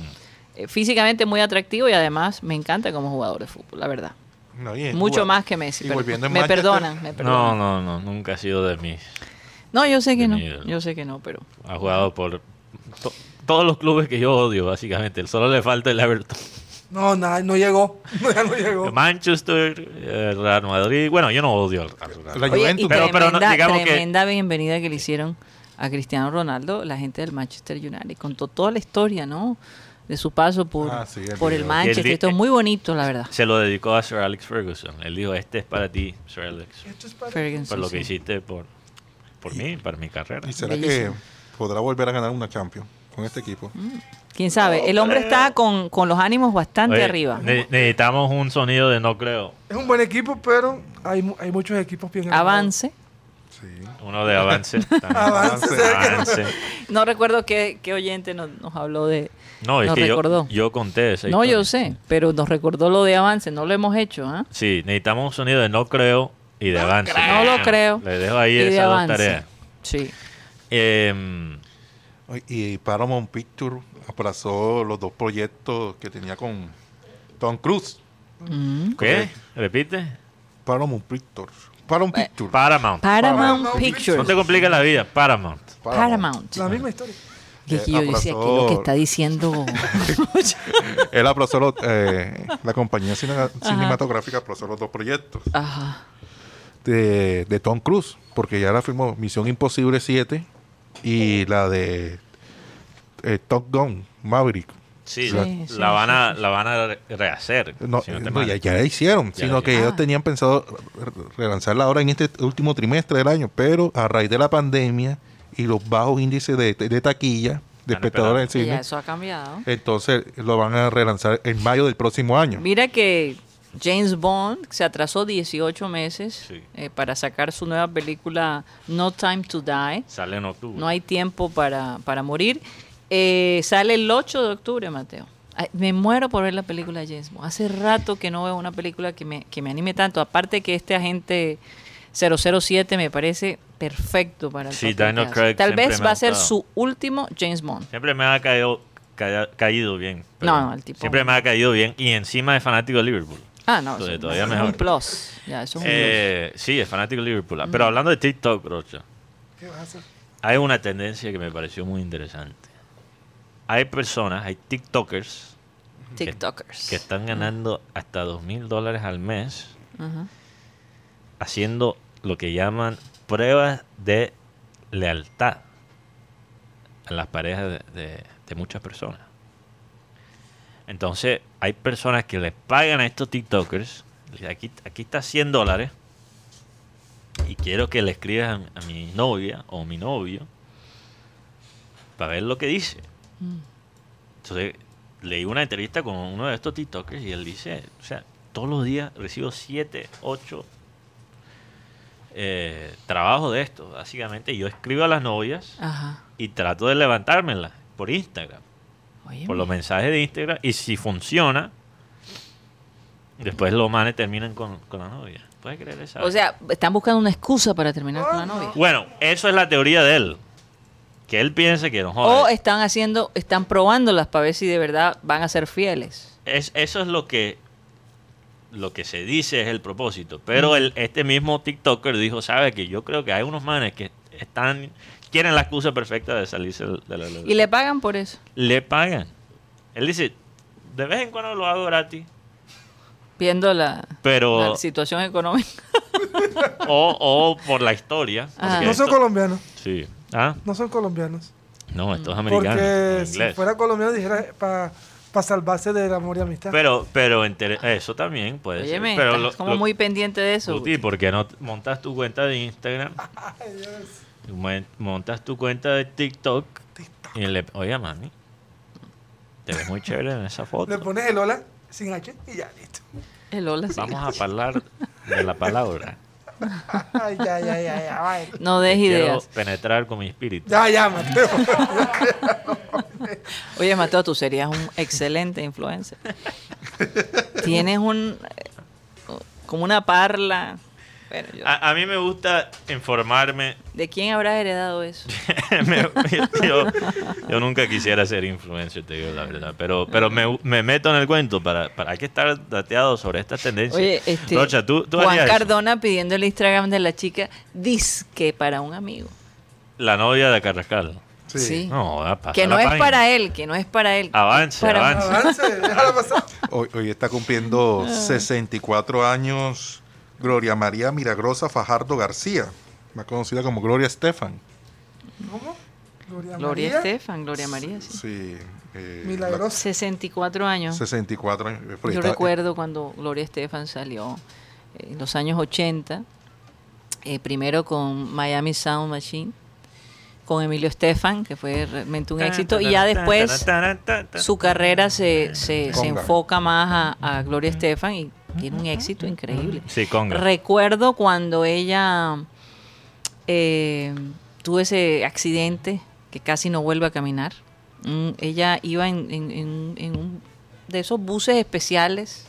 S2: eh, físicamente muy atractivo y además me encanta como jugador de fútbol, la verdad.
S3: No, y en
S2: Mucho
S3: Cuba.
S2: más que Messi.
S3: Y
S2: pero
S3: volviendo en
S2: me
S3: Manchester,
S2: perdonan, me
S4: No,
S2: perdonan.
S4: no, no, nunca ha sido de mí.
S2: No, yo sé que no.
S4: Bienvenido.
S2: Yo sé que no, pero...
S4: Ha jugado por to- todos los clubes que yo odio, básicamente. Solo le falta el Everton.
S5: No, nada, no llegó. [LAUGHS] Ya no llegó.
S4: Manchester, eh, Real Madrid. Bueno, yo no odio al al Real
S3: La
S4: Madrid.
S2: Oye, y
S3: Juventus.
S4: Pero- pero no-
S2: tremenda,
S4: digamos que-
S2: tremenda bienvenida que le hicieron a Cristiano Ronaldo la gente del Manchester United. Contó toda la historia, ¿no? De su paso por,
S3: Ah, sí, el
S2: por el
S3: video.
S2: Manchester.
S4: Y el- Pues
S2: Esto es muy bonito, la verdad.
S4: Se lo dedicó a Sir Alex Ferguson. Él dijo, este es para ti, Sir Alex.
S2: Ferguson,
S4: Por lo que
S2: sí.
S4: hiciste por, por mí, para mi carrera.
S3: ¿Y será
S2: Bellísimo. Mm.
S3: que podrá volver a ganar una Champions con este equipo?
S2: ¿Quién sabe? El hombre está con, con los ánimos bastante
S4: Oye,
S2: arriba.
S4: ne- necesitamos un sonido de no creo.
S5: Es un buen equipo, pero hay, mu- hay muchos equipos bien armados.
S2: Avance.
S3: Sí.
S4: Uno de avance. también.
S5: Avance, o sea,
S4: Avance.
S2: No recuerdo qué, qué oyente nos, nos habló de...
S4: No, es
S2: nos
S4: que
S2: recordó.
S4: yo, yo conté esa
S2: no, yo
S4: historia.
S2: sé, pero nos recordó lo de avance. No lo hemos hecho, ¿ah?
S4: Sí, necesitamos un sonido de no creo y de avance.
S2: creo. No lo creo.
S4: Le dejo ahí
S2: Y de
S4: esas dos
S2: avance.
S4: tareas.
S2: Sí.
S4: Em,
S3: Y Paramount Pictures aplazó los dos proyectos que tenía con Tom Cruise.
S2: Mm.
S4: ¿Qué? ¿Repite?
S3: Paramount Pictures. Paramount
S2: Pues,
S3: Pictures.
S4: Paramount.
S2: Paramount
S5: Paramount
S2: Pictures.
S4: No te complica la vida, Paramount.
S2: Paramount.
S5: La misma historia.
S2: Que yo
S3: Eh,
S2: decía, ¿qué es lo
S3: abrazó-
S2: que está
S4: [LAUGHS]
S2: diciendo?
S3: Él aplazó los, eh, la compañía cine- cinematográfica aplazó los dos proyectos
S2: Ajá.
S3: de, de Tom Cruise, porque ya la firmó Misión Imposible 7 y la de eh, Top Gun, Maverick.
S4: Sí,
S2: Sí,
S4: la,
S2: sí,
S4: la van a, la van a re- rehacer.
S3: No,
S4: si no te
S3: no,
S4: mal.
S3: ya, ya la hicieron,
S4: Ya
S3: sino
S4: la
S3: que
S2: hicieron.
S3: ellos
S2: Ah.
S3: tenían pensado re- relanzarla ahora en este último trimestre del año, pero a raíz de la pandemia y los bajos índices de, de taquilla de
S4: Han
S3: espectadores
S2: Que ya
S3: del cine,
S2: eso ha cambiado.
S3: entonces lo van a relanzar en mayo del próximo año.
S2: Mira que James Bond se atrasó 18 meses
S4: Sí.
S2: eh, para sacar su nueva película No Time to Die.
S4: Sale en octubre.
S2: No hay tiempo para, para morir. Eh, sale el 8 de octubre, Mateo. Ay, me muero por ver la película de James Bond. Hace rato que no veo una película que me, que me anime tanto. Aparte que este agente 007 me parece perfecto para el
S4: Sí,
S2: papel
S4: Daniel
S2: que hace.
S4: Craig
S2: Tal
S4: siempre
S2: vez
S4: me ha
S2: va a ser
S4: gustado.
S2: su último James Bond.
S4: Siempre me ha caído, calla- caído bien.
S2: No,
S4: perdón.
S2: no, el tipo-
S4: Siempre me ha caído bien y encima es fanático de Liverpool.
S2: Ah, no,
S4: Entonces,
S2: eso
S4: todavía
S2: es un
S4: mejor.
S2: plus. Ya, eso es un
S4: Eh, sí, es fanático de Liverpool.
S2: Mm.
S4: Pero hablando de TikTok, Rocha,
S5: ¿Qué vas a hacer?
S4: hay una tendencia que me pareció muy interesante. Hay personas, hay TikTokers
S2: plus. TikTokers.
S4: que están ganando hasta dos mil dólares al mes
S2: Ajá.
S4: haciendo lo que llaman pruebas de lealtad a las parejas de, de- de muchas personas. Entonces, hay personas que les pagan a estos TikTokers, les dicen, aquí, aquí está 100 dólares, y quiero que le escribas a, a mi novia o mi novio para ver lo que dice.
S2: Mm.
S4: Entonces, leí una entrevista con uno de estos TikTokers y él dice, o sea, todos los días recibo 7, 8 eh, trabajos de esto. Básicamente, yo escribo a las novias
S2: Ajá.
S4: y trato de levantármelas por Instagram,
S2: Oye,
S4: por los mensajes de Instagram. Y si funciona, después los manes terminan con, con la novia. ¿Puedes creer esa?
S2: o sea, están buscando una excusa para terminar con la novia.
S4: Bueno, eso es la teoría de él. Que él piense que no
S2: O
S4: joder.
S2: están haciendo, están probándolas para ver si de verdad van a ser fieles.
S4: Es, eso es lo que lo que se dice es el propósito. Pero
S2: Mm.
S4: el, este mismo TikToker dijo, sabe que yo creo que hay unos manes que están quieren la excusa perfecta de salirse de la
S2: Y le pagan por eso.
S4: le pagan. Él dice, de vez en cuando lo hago gratis,
S2: Viendo la,
S4: pero
S2: la situación económica.
S4: o, o por la historia.
S2: Ah.
S4: porque
S5: No son
S4: esto-
S5: colombianos,
S4: sí. Ah,
S5: no son colombianos.
S4: no,
S2: Mm.
S4: esto es americano.
S5: Porque
S4: en
S5: si
S4: inglés.
S5: fuera colombiano dijera para salvarse del amor y amistad.
S4: Pero, pero enter- eso también puede ser.
S2: Óyeme,
S4: Pero
S2: estás
S4: lo-
S2: como
S4: lo-
S2: muy pendiente de eso.
S4: Guti, ¿por qué no t- montas tu cuenta de Instagram? Mon- Montas tu cuenta de TikTok. Y le, oye, mami, te ves muy chévere en esa
S5: [LAUGHS] Le
S4: foto.
S5: pones el hola sin H y ya,
S2: [LAUGHS]
S5: listo.
S2: El hola sí.
S4: Vamos a hablar de la palabra.
S5: Ay, ya, ya, ya, ya, vaya.
S2: [LAUGHS] No des
S4: Quiero
S2: ideas.
S4: penetrar con mi espíritu.
S5: Ya, ya, Mateo.
S2: Oye, Mateo, tú serías un excelente
S4: [LAUGHS]
S2: influencer. Tienes un. como una parla. Bueno, yo-
S4: A, a mí me gusta informarme. [LAUGHS]
S2: ¿De quién habrás heredado eso?
S4: Me- [LAUGHS] yo, yo nunca quisiera ser influencer, te digo la verdad. Pero, pero me, me meto en el cuento. Para, para hay que estar dateado sobre estas tendencias.
S2: Oye, este,
S4: Rocha, ¿tú, tú
S2: Juan
S4: harías eso?
S2: Cardona pidiendo el Instagram de la chica, disque para un amigo.
S4: La novia de Carrascal.
S2: Sí.
S4: No, va a pasar
S2: que no
S4: la
S2: es
S4: página.
S2: para él, que no es para él. que es
S4: Avance,
S2: para-
S4: avance.
S5: Avance, déjala pasar.
S3: Hoy, hoy está
S2: Ah.
S3: cumpliendo 64 años Gloria María Milagrosa Fajardo García, más conocida como Gloria Estefan.
S5: ¿Cómo? Gloria,
S2: Gloria
S5: María.
S2: Estefan, Gloria María, Ah, sí.
S3: Sí. eh,
S5: Milagrosa.
S2: 64
S3: la-
S2: años.
S3: 64 años. eh, Pero
S2: Yo
S3: está-
S2: recuerdo cuando Gloria Estefan salió eh, en los años 80, eh, primero con Miami Sound Machine, con Emilio Estefan, que fue realmente un éxito, y ya después su carrera se, se, se
S3: Conga.
S2: enfoca más a, a Gloria Estefan y tiene un éxito increíble.
S4: Sí, conga.
S2: Recuerdo cuando ella eh, tuvo ese accidente que casi no vuelve a caminar. Mm, ella iba en, en- en- en un de esos buses especiales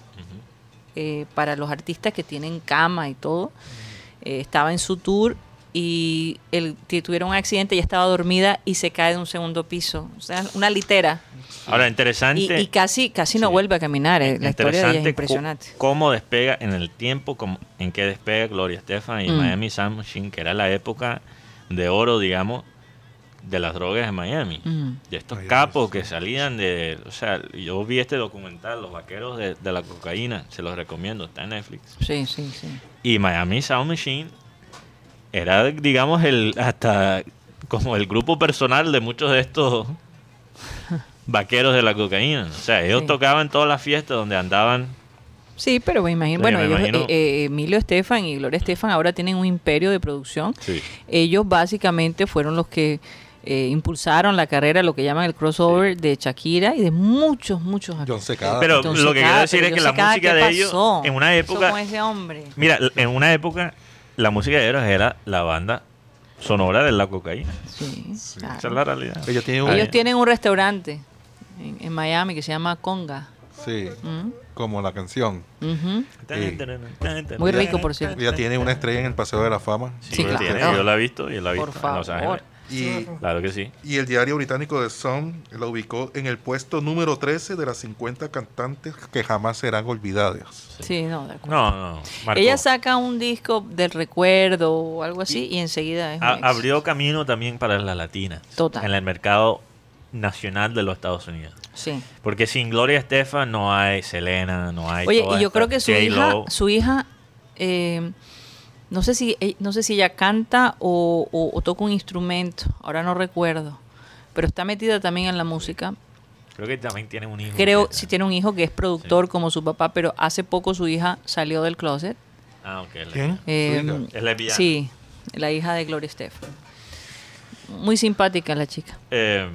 S2: eh, para los artistas que tienen cama y todo. Eh, estaba en su tour y el, que tuvieron un accidente, ella estaba dormida y se cae de un segundo piso. O sea, una litera.
S4: Ahora,
S2: Y,
S4: interesante.
S2: y casi, casi no
S4: Sí.
S2: vuelve a caminar. eh. La historia de ella es
S4: interesante
S2: impresionante.
S4: cu- cómo despega en el tiempo, cómo- en qué despega Gloria Estefan y
S2: Mm.
S4: Miami Sound Machine, que era la época de oro, digamos, de las drogas de Miami.
S2: Mm.
S4: De estos
S3: Miami
S4: capos que salían de... O sea, yo vi este documental, Los Vaqueros de, de la Cocaína, se los recomiendo, está en Netflix.
S2: Sí, sí, sí.
S4: Y Miami Sound Machine era, digamos, el hasta como el grupo personal de muchos de
S2: [LAUGHS]
S4: estos vaqueros de la cocaína. O sea, ellos
S2: Sí.
S4: tocaban todas las fiestas donde andaban.
S2: Sí, pero me imagino,
S4: Sí,
S2: bueno,
S4: me
S2: ellos,
S4: imagino.
S2: eh, eh, Emilio Estefan y Gloria Estefan ahora tienen un imperio de producción.
S4: Sí.
S2: Ellos básicamente fueron los que eh, impulsaron la carrera, lo que llaman el crossover de Shakira y de muchos, muchos
S3: John
S2: actores.
S3: Secada.
S4: Pero
S2: Entonces,
S4: lo que quiero
S2: cada-
S4: decir es
S2: yo
S4: que
S2: sé
S4: la
S2: cada
S4: música
S2: qué
S4: de ellos,
S2: pasó.
S4: en una
S2: Eso
S4: época-
S2: con ese hombre.
S4: Mira, en una época la música de ellos era la banda sonora de la cocaína.
S2: Sí, claro.
S4: Esa es la realidad.
S3: Ellos tienen un-
S2: Ellos tienen un restaurante en, en Miami que se llama Conga.
S3: sí,
S2: ¿Mm?
S3: como la canción.
S2: Ujú.
S3: Sí.
S2: Muy rico, por cierto.
S3: Ella tiene una estrella en el Paseo de la Fama. este
S4: Sí,
S2: Sí,
S4: lo
S2: claro.
S4: tiene, Yo la he visto y la he visto Ah,
S2: Por
S4: en Los
S2: favor.
S4: Ángeles.
S3: Y,
S4: Claro que sí.
S3: y el diario británico The Sun la ubicó en el puesto número 13 de las 50 cantantes que jamás serán olvidadas.
S2: Sí, no, de acuerdo.
S4: No, no. marcó.
S2: Ella saca un disco del recuerdo o algo así y, enseguida es un
S4: A-
S2: éxito.
S4: abrió camino también para la latina
S2: Total.
S4: en el mercado nacional de los Estados Unidos.
S2: Sí.
S4: Porque sin Gloria Estefan no hay Selena, no hay.
S2: Oye,
S4: todas
S2: y yo creo que
S4: estas-
S2: su hija,
S4: J-Lo.
S2: su hija, eh, no sé si, eh, no sé si ella canta o, o- o toca un instrumento. Ahora no recuerdo, pero está metida también en la música.
S4: Creo que también tiene un hijo.
S2: Creo
S4: que-
S2: si tiene un hijo que es productor como su papá, pero hace poco su hija salió del closet.
S4: Ah, ok. le-
S3: ¿Quién?
S2: Eh,
S3: Su hija.
S4: Es lesbiana.
S2: Sí, la hija de Gloria Estefan. Muy simpática la chica.
S4: Eh,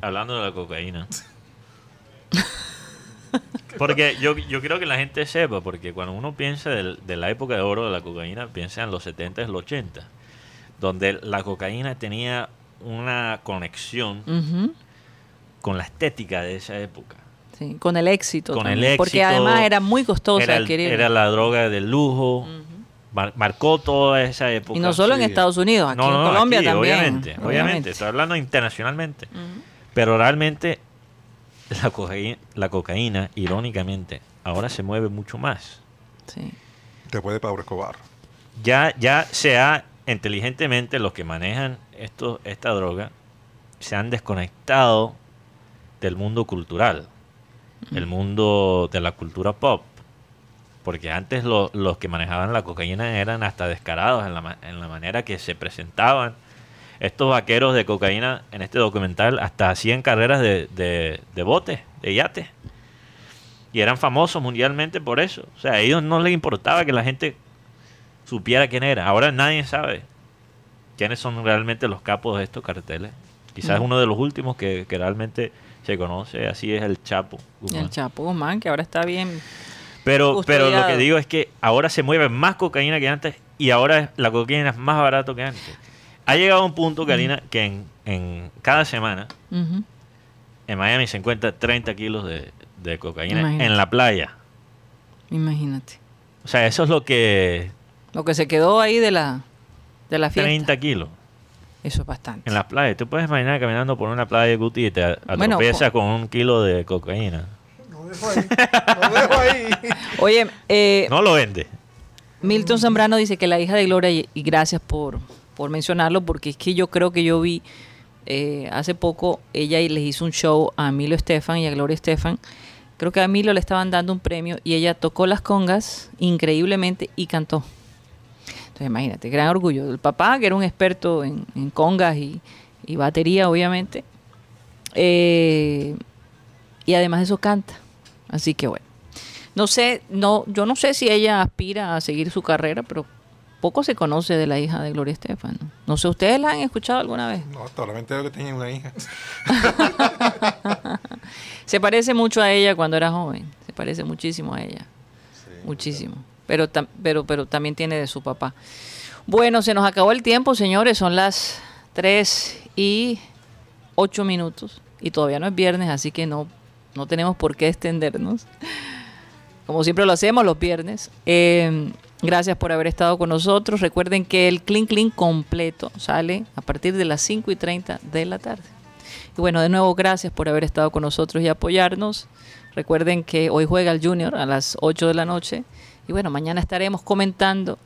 S4: hablando de la
S2: [LAUGHS]
S4: cocaína. Porque yo, yo creo que la gente sepa, porque cuando uno piensa del- de la época de oro de la cocaína, piensa en los 70 y los 80, donde la cocaína tenía una conexión
S2: Ujú,
S4: con la estética de esa época.
S2: sí, con el éxito.
S4: Con el
S2: también, Porque
S4: éxito,
S2: además era muy costoso
S4: Era, el-
S2: adquirir.
S4: era la droga del lujo, mar- marcó toda esa época.
S2: y no solo en
S3: sí.
S2: Estados Unidos, aquí
S4: No, no,
S2: en Colombia
S4: aquí,
S2: también.
S4: Obviamente, obviamente, estoy hablando internacionalmente. Pero realmente la cocaína, la cocaína, irónicamente, ahora se mueve mucho más.
S2: Sí.
S3: Después de Pablo Escobar.
S4: Ya, ya se ha, inteligentemente, los que manejan esto, esta droga, se han desconectado del mundo cultural, el mundo de la cultura pop. Porque antes lo- los que manejaban la cocaína eran hasta descarados en la, ma- en la manera que se presentaban. Estos vaqueros de cocaína en este documental hasta hacían carreras de, de, de bote, de yate. Y eran famosos mundialmente por eso. O sea, a ellos no les importaba que la gente supiera quién era. Ahora nadie sabe quiénes son realmente los capos de estos carteles. Quizás uno de los últimos que, que realmente se conoce así es el Chapo. Guzmán.
S2: El Chapo Guzmán, que ahora está bien.
S4: Pero, pero lo que
S2: custodiado.
S4: digo es que ahora se mueve más cocaína que antes y ahora es- la cocaína es más barato que antes. Ha llegado un punto, Karina, que en, en cada semana
S2: Ujú.
S4: en Miami se encuentra 30 kilos de, de cocaína
S2: Imagínate.
S4: en la playa.
S2: Imagínate.
S4: O sea, eso es lo que...
S2: Lo que se quedó ahí de la, de la fiesta.
S4: 30 kilos
S2: Eso es bastante.
S4: en las playas. Tú puedes imaginar caminando por una playa de Guti y te a-
S2: Bueno,
S4: atropiezas con un kilo de cocaína.
S5: Lo dejo ahí. Lo dejo ahí.
S2: Oye, eh,
S4: No lo vende.
S2: Milton Zambrano dice que la hija de Gloria, y, y gracias por, por mencionarlo, porque es que yo creo que yo vi eh, hace poco, ella y les hizo un show a Emilio Estefan y a Gloria Estefan. Creo que a Emilio le estaban dando un premio y ella tocó las congas increíblemente y cantó. Entonces, imagínate, gran orgullo del papá, que era un experto en, en congas y, y batería, obviamente. Eh, y además de eso canta. Así que bueno. No sé, no, yo no sé si ella aspira a seguir su carrera, pero poco se conoce de la hija de Gloria Estefan. ¿no? No sé, ¿ustedes la han escuchado alguna vez?
S3: No, solamente veo que tenía una hija.
S2: Se parece mucho a ella cuando era joven. Se parece muchísimo a ella. muchísimo. Pero, tam- pero, pero también tiene de su papá. Bueno, se nos acabó el tiempo, señores. Son las 3 y 8 minutos. Y todavía no es viernes, así que no, no tenemos por qué extendernos. Como siempre lo hacemos los viernes. Eh, gracias por haber estado con nosotros. Recuerden que el Clean Clean completo sale a partir de las 5 y 30 de la tarde. Y bueno, de nuevo, gracias por haber estado con nosotros y apoyarnos. Recuerden que hoy juega el Junior a las 8 de la noche. Y bueno, mañana estaremos comentando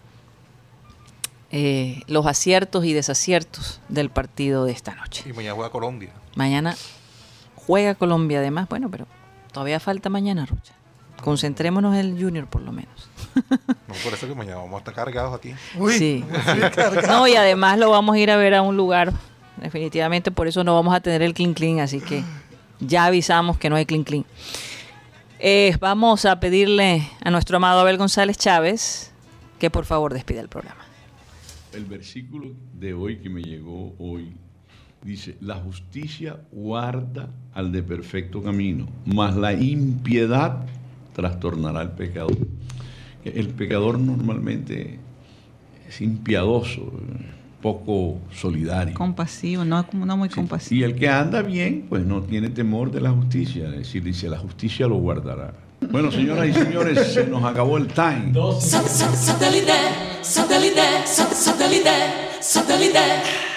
S2: eh, los aciertos y desaciertos del partido de esta noche.
S3: Y mañana juega Colombia.
S2: Mañana juega Colombia, además. Bueno, pero todavía falta mañana, Rocha. Concentrémonos en el Junior, por lo menos.
S3: No por eso que mañana vamos a estar cargados aquí.
S5: Uy, [LAUGHS]
S2: Sí.
S5: cargado.
S2: No, y además lo vamos a ir a ver a un lugar. Definitivamente por eso no vamos a tener el clean clean, así que ya avisamos que no hay clean clean. Eh, vamos a pedirle a nuestro amado Abel González Chávez que por favor despida el programa.
S7: El versículo de hoy que me llegó hoy dice, la justicia guarda al de perfecto camino, mas la impiedad trastornará al pecador. El pecador normalmente es impiadoso, poco solidario.
S8: Compasivo, no, no muy
S7: Sí.
S8: compasivo.
S7: Y el que anda bien, pues no tiene temor de la justicia. Es decir, dice, la justicia lo guardará. Bueno, señoras y señores, se nos acabó el time.
S9: Satellite, satellite, satellite, satellite, satellite.